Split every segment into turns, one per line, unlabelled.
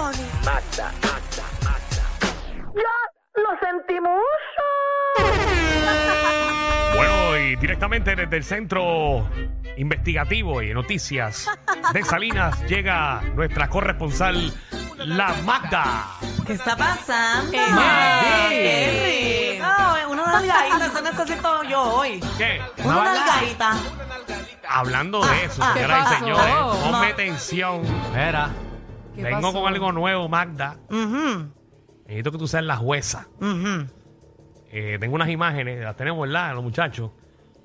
Mata, mata, mata.
¡Ya lo sentimos!
Bueno, y directamente desde el centro investigativo y de noticias de Salinas llega nuestra corresponsal, la Magda.
¿Qué está pasando?
Magdi.
¡Qué rico! Una nalgadita, eso necesito yo hoy.
¿Qué?
Una nalgadita.
Hablando
Ah,
de eso,
ah,
señoras
¿qué
y
pasó?
señores,
No.
ponme atención. Espera,
¿Qué
vengo
pasó?
con algo nuevo, Magda.
Ujú,
Necesito que tú seas la jueza.
ujú.
Eh, tengo unas imágenes, las tenemos, ¿verdad? Los muchachos.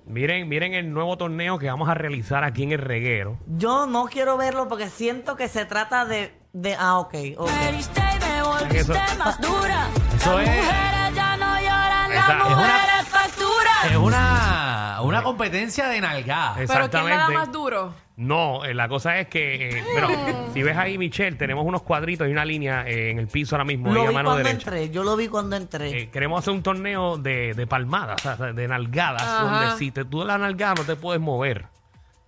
Miren, miren el nuevo torneo que vamos a realizar aquí en el reguero.
Yo no quiero verlo porque siento que se trata de. de ah, ok. ok.
Heriste y me volviste
Eso- Ah,
más dura.
Eso
las
es-
mujeres ya no lloran,
Esa- es
las
una-
mujeres facturan.
Es una, una competencia de nalgada.
Pero ¿quién la da más duro?
No, eh, la cosa es que, eh, bueno, si ves ahí, Michelle, tenemos unos cuadritos y una línea eh, en el piso ahora mismo,
Lo
ahí a
vi
mano
cuando
derecha.
entré. Yo lo vi cuando entré.
Eh, queremos hacer un torneo de, de palmadas, o sea, de nalgadas,
Ajá.
donde si te tú la nalgada no te puedes mover.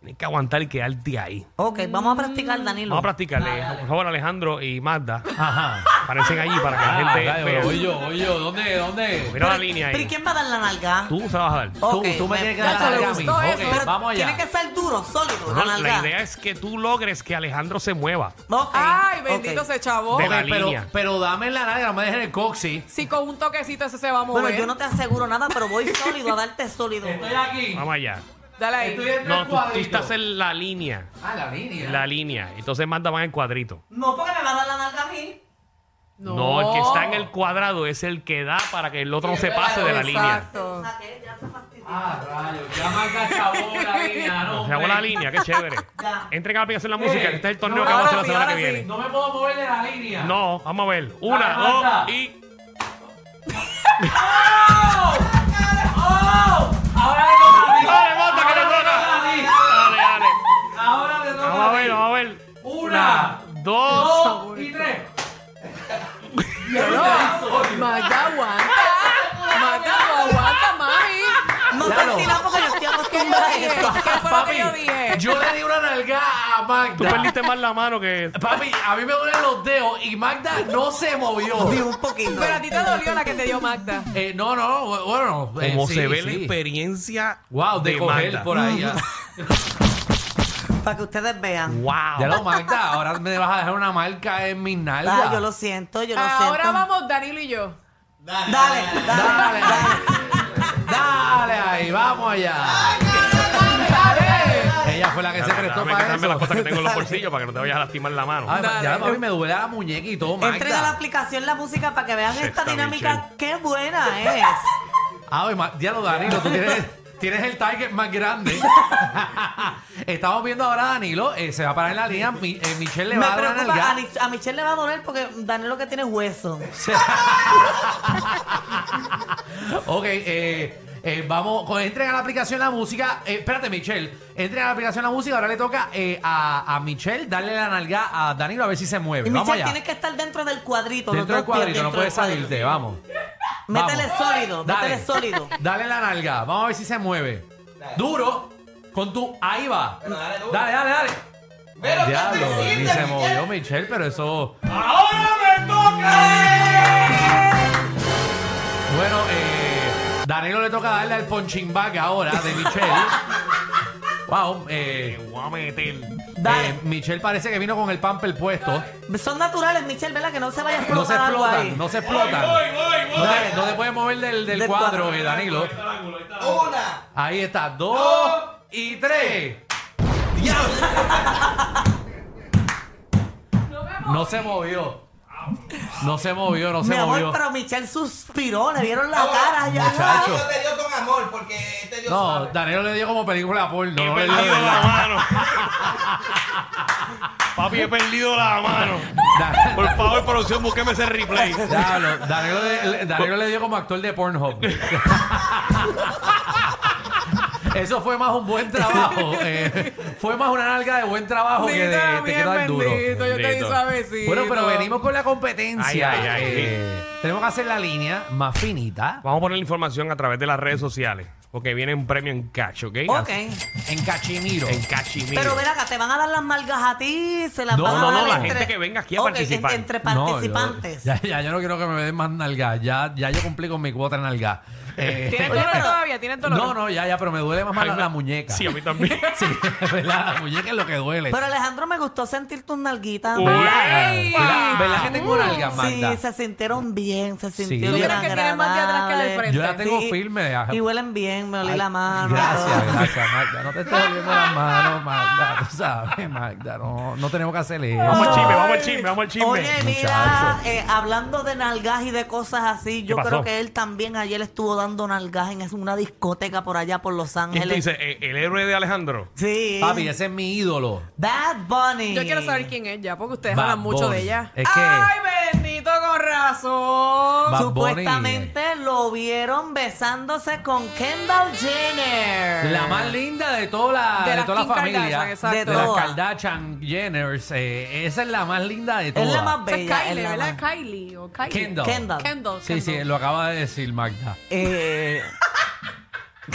Tienes que aguantar y quedarte ahí.
ok, vamos a practicar, Danilo.
Vamos a practicarle. Por favor, Alejandro y Magda,
Ajá.
aparecen allí para que la
Ah,
gente
rayo,
vea.
pero voy yo, voy yo. ¿Dónde, dónde?
Mira la línea
¿Pero y
ahí.
quién va a dar la nalga?
Tú se la vas a dar.
Ok,
tú, tú me tienes que dar
Nacho,
la
le
nalga a
gustó
mí. Ok,
eso.
pero
vamos allá.
Tiene que ser duro, sólido,
No,
la
la
nalga.
idea es que tú logres que Alejandro se mueva.
Ok,
Ay,
ok.
bendito se chavó.
De
Ok,
la
pero,
línea.
pero dame la nalga, no me dejes el coxi.
Si con un toquecito ese se va a mover.
Bueno, yo no te aseguro nada, pero voy sólido a darte sólido.
aquí.
Vamos allá.
Dale ahí.
entre
No, tú, tú estás en la línea.
Ah, la línea.
La línea. Entonces Magda va en el cuadrito.
No, porque me va a dar la nalga a mí.
No. el que está en el cuadrado es el que da para que el otro no se pase de la línea.
Exacto.
Saqué, ya se fastidió.
Ah, rayo. Ya marca chabón la línea, no.
Se hago
hombre.
la línea, qué chévere.
Ya.
Entren a la aplicación de la música,
Eh,
que este es el torneo
no,
que vamos a hacer
ahora sí,
la semana
ahora
que viene.
sí.
No me puedo mover de la línea.
No, vamos a ver.
Dale,
Una, dos
Magda.
y.
¡Oh! Ahora te toca a ti.
¡Dale, Magda, que te
Ahora
toca!
te
Dale, dale.
a ti. Ahora te toca
Vamos a
a
ver,
ti.
vamos a ver.
Una,
Dos.
dos y tres.
Magda, aguanta. Magda, aguanta, mami.
No
Claro.
sé si la porque yo estoy
¿Qué yo
acostumbrada a
dije?
eso.
¿Qué fue lo que yo dije?
Yo le di una nalga a
Tú
Magda.
perdiste más la mano que.
Papi, a mí me duelen los dedos y Magda no se
Sí,
movió.
un poquito.
Pero a ti te dolió la que te dio Magda.
Eh, no, no, bu- bueno. eh,
Como
sí,
se ve
sí.
la experiencia.
Wow, de, coger
Magda.
por ahí. ah.
Para que ustedes vean.
Wow.
ya lo Magda, ahora me vas a dejar una marca en mis nalgas.
Ah, yo lo siento, yo lo
Ahora
siento.
vamos Danilo y yo.
Dale, dale, dale.
Dale, dale ahí, vamos allá. Dale. Ella fue la que se
Dame-
prestó
dame
para
quitarme
eso.
las cosas que tengo en los bolsillos para que no te vayas a lastimar la mano.
Ay,
Dale.
ya, papi, me duele la muñeca y todo,
Entren a la
Magda.
aplicación la música para que vean
Sexta
esta dinámica. ¡Qué buena es!
Ay, ma- ya lo Danilo, tú tienes, tienes el target más grande. Estamos viendo ahora a Danilo, eh, se va a parar en la línea, Mi- eh, Michelle le
Me
va a dar una
preocupa, a,
nalgada.
Ni- a Michelle le va a doler porque Daniel lo que tiene es hueso.
ok, eh, eh, vamos, con- entren a la aplicación la música. Eh, espérate, Michelle, entren a la aplicación la música. Ahora le toca eh, a, a Michelle darle la nalga a Danilo a ver si se mueve.
Y
vamos
Michelle
allá.
tiene que estar dentro del cuadrito. los
Dentro del
dos pies
cuadrito, no
dentro
puedes
del cuadrito.
salirte, vamos.
Métele
Vamos.
sólido, métele sólido.
Dale la nalga, vamos a ver si se mueve. Duro, con tu. Ahí va. Dale, dale, dale.
Pero ¿qué
Diablo,
te
ni
hiciste,
se movió Michelle, pero eso. Bueno, eh, Danilo le toca darle al punching bag ahora de Michelle. wow,
Te
eh,
voy a meter.
Dale.
eh, Michelle parece que vino con el pamper puesto.
Son naturales, Michelle, ¿verdad? Que no se vaya a
No se
explotar algo ahí.
explotan, no se explotan. No te, no te puedes mover del, del
Del
cuadro,
cuadro.
eh, Danilo.
Una.
Ahí está, dos y tres. ¡Diablo! No se movió. No se movió, no se
Mi amor,
movió.
pero Michelle suspiró, le vieron la cara ya.
Muchacho.
Yo te dio con amor porque te dio
No,
suave.
Danilo le dio como película porno.
He
No le dio de
perdido la
verdad.
mano. Papi, he perdido la mano.
Da-
Por favor, producción, búsqueme ese replay.
Diablo, Danilo, le, le- Danilo le dio como actor de Pornhub. Eso fue más un buen trabajo. eh, fue más una nalga de buen trabajo que de
Bendito,
te
bien
quiero dar duro.
bendito, yo te di
Bendito.
suavecito.
Bueno, pero venimos con la competencia.
Ay, ay, ay.
Eh, tenemos que hacer la línea más finita.
Vamos a poner la información a través de las redes sociales. Porque viene un premio en cash, ¿ok?
Ok.
Así-
En Cachimiro.
En cachimiro.
Pero ven acá, ¿te van a dar las nalgas a ti? ¿Se las
No,
van a
no,
dar
no, la
entre...
gente que venga aquí a
Ok,
participar.
Entre, entre
No, yo-
participantes.
ya, ya, yo no quiero que me den más nalga. Ya, ya yo cumplí con mi cuota de nalga. Eh,
¿Tienes dolor todavía? ¿Tienes dolor?
no, no, ya, ya, pero me duele más
Ay,
la,
me-
la muñeca.
Sí, a mí también.
Sí, ¿verdad? La muñeca es lo que duele.
Pero Alejandro, me gustó sentir tus nalguitas.
Uy,
¿Verdad?
Ay.
¿Verdad? ¿Verdad que tengo nalgas, Magda?
Sí, se sintieron bien, se sintieron
Yo creo
que tienen más de atrás que de
agradables.
frente.
Yo la tengo
Sí,
firme. ajá.
Y huelen bien, me olí la mano.
Gracias,
todo.
gracias, Magda. No te estés oliendo la mano, Magda. Tú sabes, Magda. No, no tenemos que hacer eso.
Vamos al chisme, vamos al chisme, vamos al chisme.
Oye, mira, eh, hablando de nalgas y de cosas así, yo
¿Qué pasó?
creo que él también ayer estuvo dando nalgas en una discoteca por allá por Los
¿Quién te
Ángeles.
dice? Eh, ¿El héroe de Alejandro?
Sí.
Papi, ese es mi ídolo.
Bad Bunny.
Yo quiero saber quién es ya, porque ustedes
Bad
hablan mucho
Bunny.
de ella.
Es que-
¡Ay, bendito con razón!
Bad Bunny.
Supuestamente lo vieron besándose con Kendall Jenner.
La más linda de toda la,
De
de
las
toda
Kim
la familia.
Kardashian, exacto.
De
de las
todas.
Kardashian Jenners. eh, esa es la más linda de todas.
Es la más
Esa es
bella. es
Kylie,
la
¿verdad?
más-
Kylie o Kylie.
Kendall.
Kendall.
Kendall.
Sí, sí,
Kendall.
lo acaba de decir Magda.
Eh,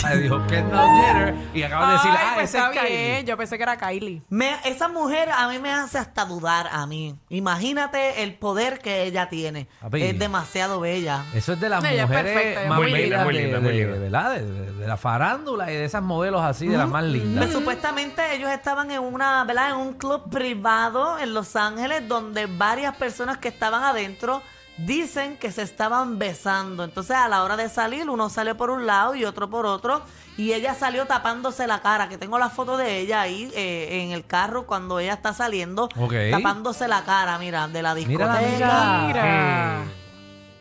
Ahí dijo Kendall Jenner y acaba de decir,
Ay,
ah,
pues
esa
está
es Kylie.
bien. Yo pensé que era Kylie.
me- esa mujer a mí me hace hasta dudar a mí. Imagínate el poder que ella tiene.
Papi.
Es demasiado bella.
Eso es de las
Ella es
mujeres
perfecta, ella es
más
muy
linda,
bellas
muy
de,
linda, muy
de-
linda.
¿verdad? De, de- de la farándula y de esas modelos así,
Mm,
de las más lindas.
Pues, supuestamente ellos estaban en una, ¿verdad? En un club privado en Los Ángeles donde varias personas que estaban adentro dicen que se estaban besando. Entonces, a la hora de salir, uno sale por un lado y otro por otro. Y ella salió tapándose la cara, que tengo la foto de ella ahí eh, en el carro cuando ella está saliendo,
Ok.
tapándose la cara, mira, de la discoteca.
Mira, mira.
Mira.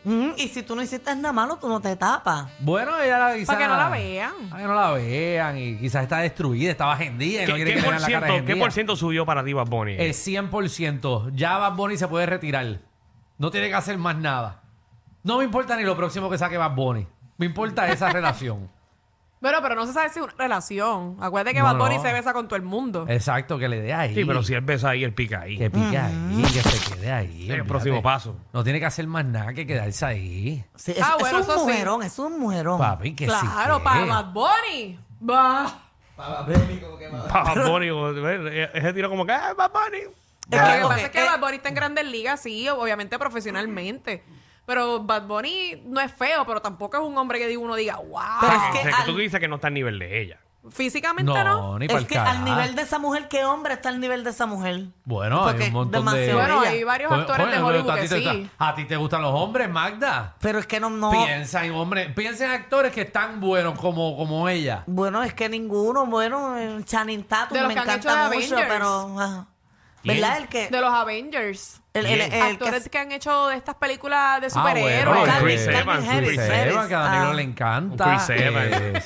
Hmm.
Mm, y si tú no hiciste nada malo, tú no te tapas.
Bueno, ella la quizás...
Para que no la vean.
Para que no la vean y quizás está destruida, estaba gendida y no
¿Qué,
quiere
qué
que le
por
vean la cara
ciento, ¿Qué
hendida.
por ciento subió para ti, Bad Bunny?
El 100%. Ya Bad Bunny se puede retirar. No tiene que hacer más nada. No me importa ni lo próximo que saque Bad Bunny. Me importa esa relación.
Bueno, pero no se sabe si es una relación. Acuérdate que
No,
Bad Bunny
no. Eh,
se besa con todo el mundo.
Exacto, que le dé ahí.
sí, pero si él besa ahí, él pica ahí.
Que pique ahí, que se quede ahí. olvídate.
próximo paso.
No tiene que hacer más nada que quedarse ahí.
Sí, es,
Ah,
es
bueno,
un
eso sí.
mujerón, es un mujerón.
Papi, que sí.
claro,
que-
para Bad Bunny. Bah.
Pa, Bad Bunny, o- eh, ese tiro como que, ¡ah, Bad Bunny!
Es
Lo
que-
que
ok,
pasa es que
eh,
Bad Bunny está en grandes ligas, sí, obviamente profesionalmente. Pero Bad Bunny no es feo, pero tampoco es un hombre que diga- uno diga, wow.
Pero es
Ah, O sea,
que
que
al-
tú dices que no está al nivel de ella.
Físicamente
No,
no.
ni para
Es
el
que al nivel de esa mujer, ¿qué hombre está al nivel de esa mujer?
Bueno,
Porque
hay un montón de...
demasiado
Bueno,
Ella.
hay varios
Coño,
actores de
coño,
Hollywood
a ti
que
te gusta-
sí.
¿A ti te gustan los hombres, Magda?
Pero es que no, no.
Piensa en hombres, piensa en actores que están buenos como, como ella.
Bueno, es que ninguno. Bueno, eh, Channing Tatum
De los
me
que han
encanta
hecho de
mucho,
Avengers.
pero. ah,
¿Quién?
¿Verdad? El que.
De los Avengers.
el, el- el- el
actores que, han hecho de estas películas de
Ah,
superhéroes.
bueno,
Calvin-
Chris
Calvin
Evans,
Harris,
Chris
Harris,
Evans, que a Danilo
ah,
le encanta. Eh,
Chris Evans.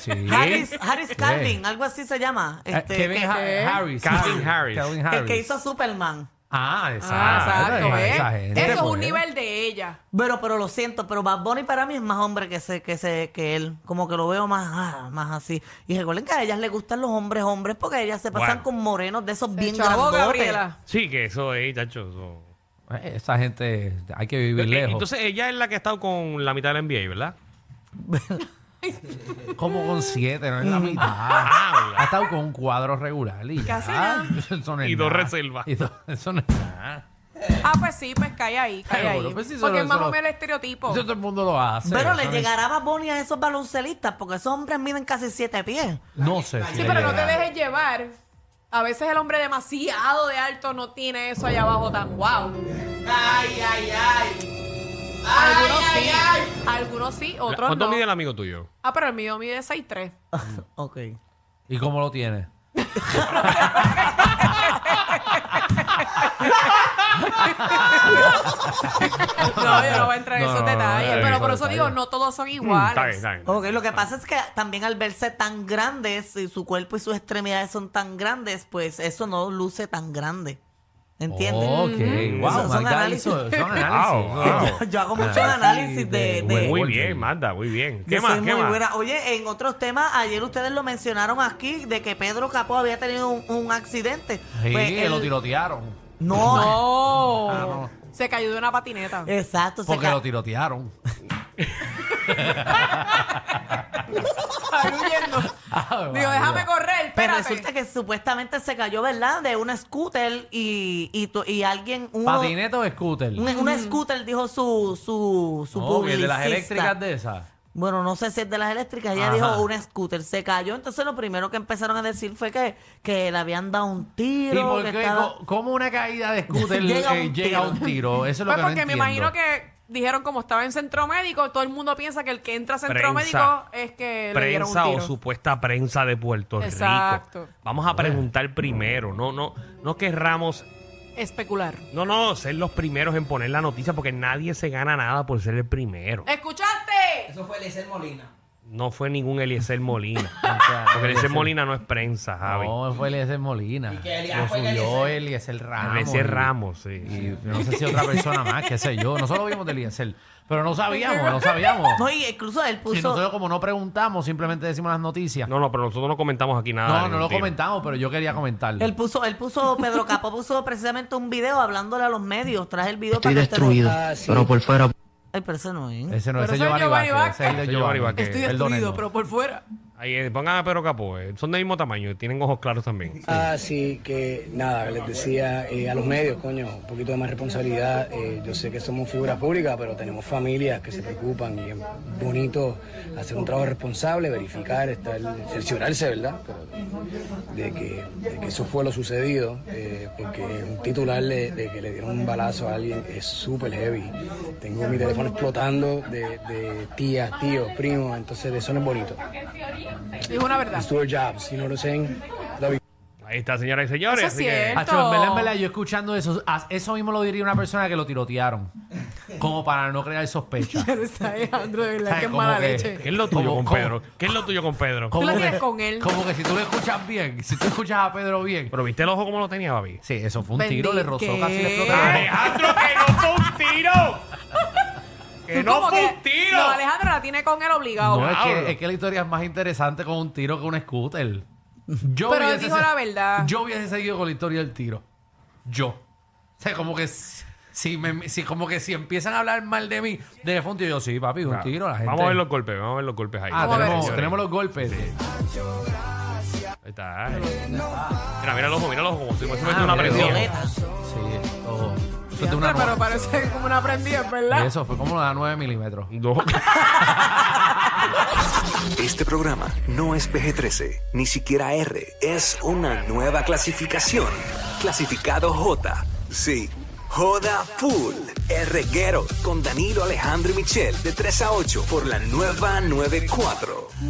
sí.
Harris, Harris
Sí.
Calvin, algo así se llama.
Eh,
Este,
Kevin
que-
Ha-
¿qué?
Harris.
Calvin Harris.
Calvin
el
Harris.
que hizo Superman.
Ah, exacto.
Ah, exacto,
eh,
¿ves?
esa gente,
Eso es
pues.
un nivel de ella.
Bueno, pero lo siento, pero Bad Bunny para mí es más hombre que se, que se, que él. Como que lo veo más, ah, más así. Y recuerden que a ellas les gustan los hombres hombres porque ellas se pasan
Bueno.
con morenos de esos bien
Chavo,
grandotes.
Gabriela.
Sí, que eso es, chacho. eso.
Eh, Esa gente hay que vivir
Eh,
lejos.
Entonces, ella es la que ha estado con la mitad de la NBA, ¿verdad?
como con siete, no es
Mm.
la mitad. Ha estado con un cuadro regular y
Casi
ya.
nada.
Eso no es
Y dos
nada.
reservas.
Y dos- eso no es nada.
Ah, pues sí, pues cae ahí, cae
Pero,
ahí.
pues sí, eso
Porque
lo-
es más
eso
o
lo-
menos el estereotipo.
Eso todo el mundo lo hace.
Pero le
Eso no es-
llegará Bad Bunny a esos baloncelistas porque esos hombres miden casi siete pies.
No sé. si
Sí,
le
pero no te
llegará.
dejes llevar. A veces el hombre demasiado de alto no tiene eso allá abajo tan guau.
Ay, ay, ay. Ay,
Algunos
ay,
sí,
ay.
algunos sí, otros
¿Cuánto
no.
mide el amigo tuyo?
Ah, pero el mío mide 6'3".
ok.
¿Y cómo lo tiene?
No, yo no voy a entrar en
No,
esos
no, no,
detalles.
no, no,
pero
no,
por
no,
eso
no,
digo,
no.
no Mm, todos son
Mm, Está bien,
iguales.
está bien.
Oh,
Ok, lo que pasa es que también al verse tan grandes y su cuerpo y sus extremidades son tan grandes, pues eso no luce tan grande. ¿Entiendes?
Ok, wow,
Son- son
Magda
análisis.
hizo- son análisis.
Wow,
Wow.
wow.
Yo, yo hago muchos
Ah, sí,
análisis de...
de-
de-
Muy
Porque-
bien, Magda, muy bien. ¿Qué
yo
más?
soy
¿Qué
muy
más?
buena. Oye, en otros temas, ayer ustedes lo mencionaron aquí, de que Pedro Capó había tenido un, un accidente.
Sí,
Pues
que
él-
lo tirotearon.
No,
No.
Ah, no.
Se cayó de una patineta.
exacto. se
Porque
ca-
lo tirotearon.
Ay, huyendo.
Ay,
Digo,
María.
déjame correr,
Pero
espérate.
resulta que supuestamente se cayó, ¿verdad? De un scooter y, y, tu- y alguien... uno-
¿Patineta o scooter?
Un, un scooter dijo su su su
No, que el de las
publicista.
eléctricas de esas.
Bueno, no sé si es de las eléctricas. Ella
Ajá.
dijo un scooter. Se cayó. Entonces lo primero que empezaron a decir fue que, que le habían dado un
¿Y
tiro.
por
que
qué
estaba-
co- cómo una caída de scooter
Llega
eh,
un
llega a
tiro.
un tiro? Eso es lo
Pues
que no
porque me
entiendo.
imagino que dijeron como estaba en centro médico, todo el mundo piensa que el que entra a centro
Prensa.
médico es que le dieron un
prensa o
tiro.
supuesta prensa de Puerto
Exacto.
Rico. Vamos a preguntar primero, no, no, no querramos,
Especular.
no, no, ser los primeros en poner la noticia porque nadie se gana nada por ser el primero.
Eh.
¿Escuchaste?
Eso fue Eliezer Molina.
No fue ningún Eliezer Molina. Porque Eliezer
Eliezer
Molina no es prensa, Javi.
No, fue Eliezer Molina.
Y que Eli-
Lo
ah, fue
subió
Eliezer.
Eliezer Ramos.
Eliezer
Y-
Ramos, sí.
Y no sé si otra persona más, qué sé yo. Nosotros vimos de Eliezer. Pero no sabíamos, no sabíamos.
No, y incluso él
Y
puso.
nosotros como no preguntamos, simplemente decimos las noticias. No,
No, no, pero nosotros no comentamos aquí nada. de
no, lo
ningún tiro.
comentamos, pero yo quería comentarlo.
Él puso, él puso, Pedro Capó puso precisamente un video hablándole a los medios. Traje el video para destruido.
Ah, pero por fuera
Ay, pero ese no es.
Ese no,
Pero ese
ese es
es
Giovanni
Giovanni
Vázquez. Ese es el
Vázquez. Giovanni
de Giovanni
Vázquez.
Estoy
Perdónennos.
destruido, pero por fuera.
Ahí, eh, pongan a Pedro Capó. eh, Son del mismo tamaño. Tienen ojos claros también.
Así Ah, que nada, les decía eh, a los medios, coño, un poquito de más responsabilidad. eh, yo sé que somos figuras públicas, pero tenemos familias que se preocupan y es bonito hacer un trabajo responsable, verificar, estar, cerciorarse, ¿verdad? Pero de, que, de que eso fue lo sucedido, eh, porque un titular de, de que le dieron un balazo a alguien es súper heavy. Tengo mi teléfono explotando de, de tías, tíos, primos, entonces eso no es bonito.
Dijo una verdad.
It's two jobs, you know what I'm saying? Love you.
Ahí está, señoras y señores.
Eso ¿eh? es
así que-
cierto.
Hacho, en verdad, en verdad, yo escuchando eso, a- eso mismo lo diría una persona que lo tirotearon. Como para no crear sospecha.
Pero está Alejandro, de verdad,
¿Sabes?
que es
Como
mala
que-
leche.
¿Qué es lo tuyo
¿Cómo-
con
cómo?
Pedro? ¿Qué es lo tuyo con Pedro?
Como
la
que-
tienes con él.
Como que si tú lo escuchas bien, si tú escuchas a Pedro bien.
Pero viste el ojo como lo tenía, Babi.
Sí, eso fue un
Bendito.
tiro, le rozó, casi le explotó.
¿Qué?
Alejandro, que no fue un tiro. Que
Tú
no
como
fue
que-
un tiro.
No, Alejandro la tiene con él obligado.
No, es
Diablo.
que, es que la historia es más interesante con un tiro que un scooter. Yo
Pero él
hubiese
dijo
se-
la verdad.
Yo hubiese seguido con la historia del tiro. Yo. O sea, como que s- si, me- si- como que si empiezan a hablar mal de mí, de fondo yo, sí, papi, un
Claro.
tiro. La gente...
Vamos a ver los golpes, vamos a ver los golpes ahí.
Ah,
Vamos a ver.
tenemos,
Señores.
tenemos los golpes.
Ahí está. ahí. Mira, mira el ojo, mira el ojo, como si fuese
Ah,
una
mira.
presión.
Violeta.
Sí, ojo. Eso es de
Alejandro,
una
Pero
nueva.
parece como una prendida, ¿verdad?
Eso fue como la 9 milímetros.
Este programa no es PG-13, ni siquiera R. Es una nueva clasificación. Clasificado J. Sí. Joda Full. El reguero con Danilo Alejandro y Michel de 3 a 8 por la nueva 94.